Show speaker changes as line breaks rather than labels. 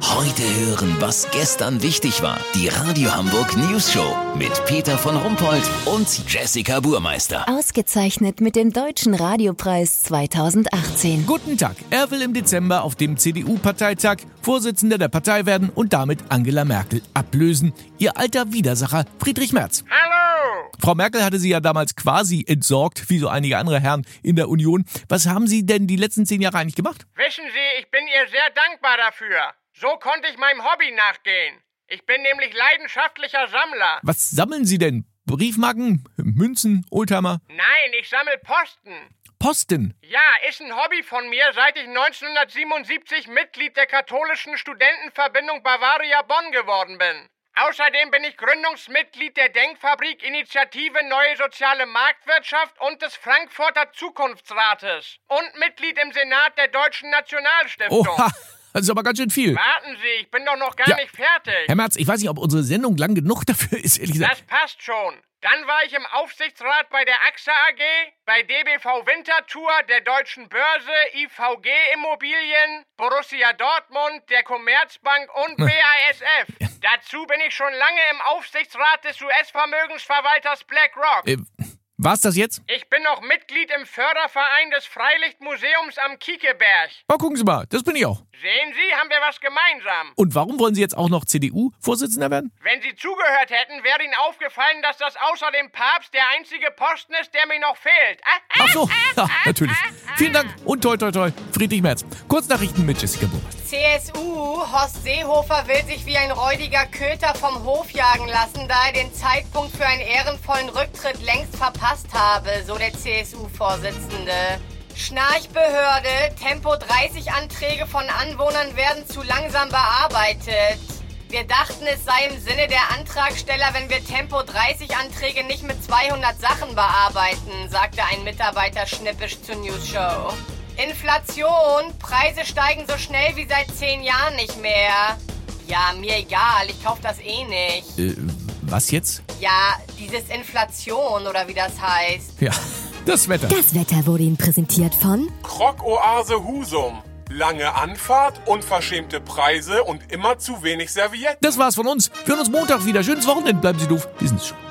Heute hören, was gestern wichtig war. Die Radio Hamburg News Show mit Peter von Rumpold und Jessica Burmeister.
Ausgezeichnet mit dem Deutschen Radiopreis 2018.
Guten Tag. Er will im Dezember auf dem CDU-Parteitag Vorsitzender der Partei werden und damit Angela Merkel ablösen. Ihr alter Widersacher Friedrich Merz.
Hallo!
Frau Merkel hatte sie ja damals quasi entsorgt, wie so einige andere Herren in der Union. Was haben Sie denn die letzten zehn Jahre eigentlich gemacht?
Wissen Sie, ich bin ihr sehr dankbar dafür. So konnte ich meinem Hobby nachgehen. Ich bin nämlich leidenschaftlicher Sammler.
Was sammeln Sie denn? Briefmarken, Münzen, Oldtimer,
Nein, ich sammel Posten.
Posten?
Ja, ist ein Hobby von mir, seit ich 1977 Mitglied der katholischen Studentenverbindung Bavaria Bonn geworden bin. Außerdem bin ich Gründungsmitglied der Denkfabrik Initiative Neue Soziale Marktwirtschaft und des Frankfurter Zukunftsrates und Mitglied im Senat der Deutschen Nationalstiftung.
Oha, das ist aber ganz schön viel.
Warten Sie, ich bin doch noch gar
Ja.
nicht fertig.
Herr Merz, ich weiß nicht, ob unsere Sendung lang genug dafür ist, ehrlich gesagt.
Das passt schon. Dann war ich im Aufsichtsrat bei der AXA AG, bei DBV Winterthur, der Deutschen Börse, IVG Immobilien, Borussia Dortmund, der Commerzbank und
Hm.
BASF. Dazu bin ich schon lange im Aufsichtsrat des US-Vermögensverwalters BlackRock.
Äh, war's das jetzt?
Ich bin noch Mitglied im Förderverein des Freilichtmuseums am Kiekeberg.
Mal Oh, gucken Sie mal, das bin ich auch.
Sehen Sie, haben wir was gemeinsam.
Und warum wollen Sie jetzt auch noch CDU-Vorsitzender werden?
Wenn Sie zugehört hätten, wäre Ihnen aufgefallen, dass das außer dem Papst der einzige Posten ist, der mir noch fehlt. Ah, ah,
Ach so,
ah,
ja,
ah,
natürlich.
ah, ah.
Vielen Dank und toi toi toi, Friedrich Merz. Kurznachrichten mit Jessica Burmeister.
CSU, Horst Seehofer will sich wie ein räudiger Köter vom Hof jagen lassen, da er den Zeitpunkt für einen ehrenvollen Rücktritt längst verpasst habe, so der CSU-Vorsitzende. Schnarchbehörde, Tempo-30-Anträge von Anwohnern werden zu langsam bearbeitet. Wir dachten, es sei im Sinne der Antragsteller, wenn wir Tempo-30-Anträge nicht mit 200 Sachen bearbeiten, sagte ein Mitarbeiter schnippisch zur News Show. Inflation, Preise steigen so schnell wie seit zehn Jahren nicht mehr. Ja, mir egal, ich kauf das eh nicht.
Äh, was jetzt?
Ja, dieses Inflation oder wie das heißt.
Ja, das Wetter.
Das Wetter wurde Ihnen präsentiert von
Krockoase Husum. Lange Anfahrt, unverschämte Preise und immer zu wenig Servietten.
Das war's von uns. Wir hören uns Montag wieder. Schönes Wochenende. Bleiben Sie doof. Wir sind's schon.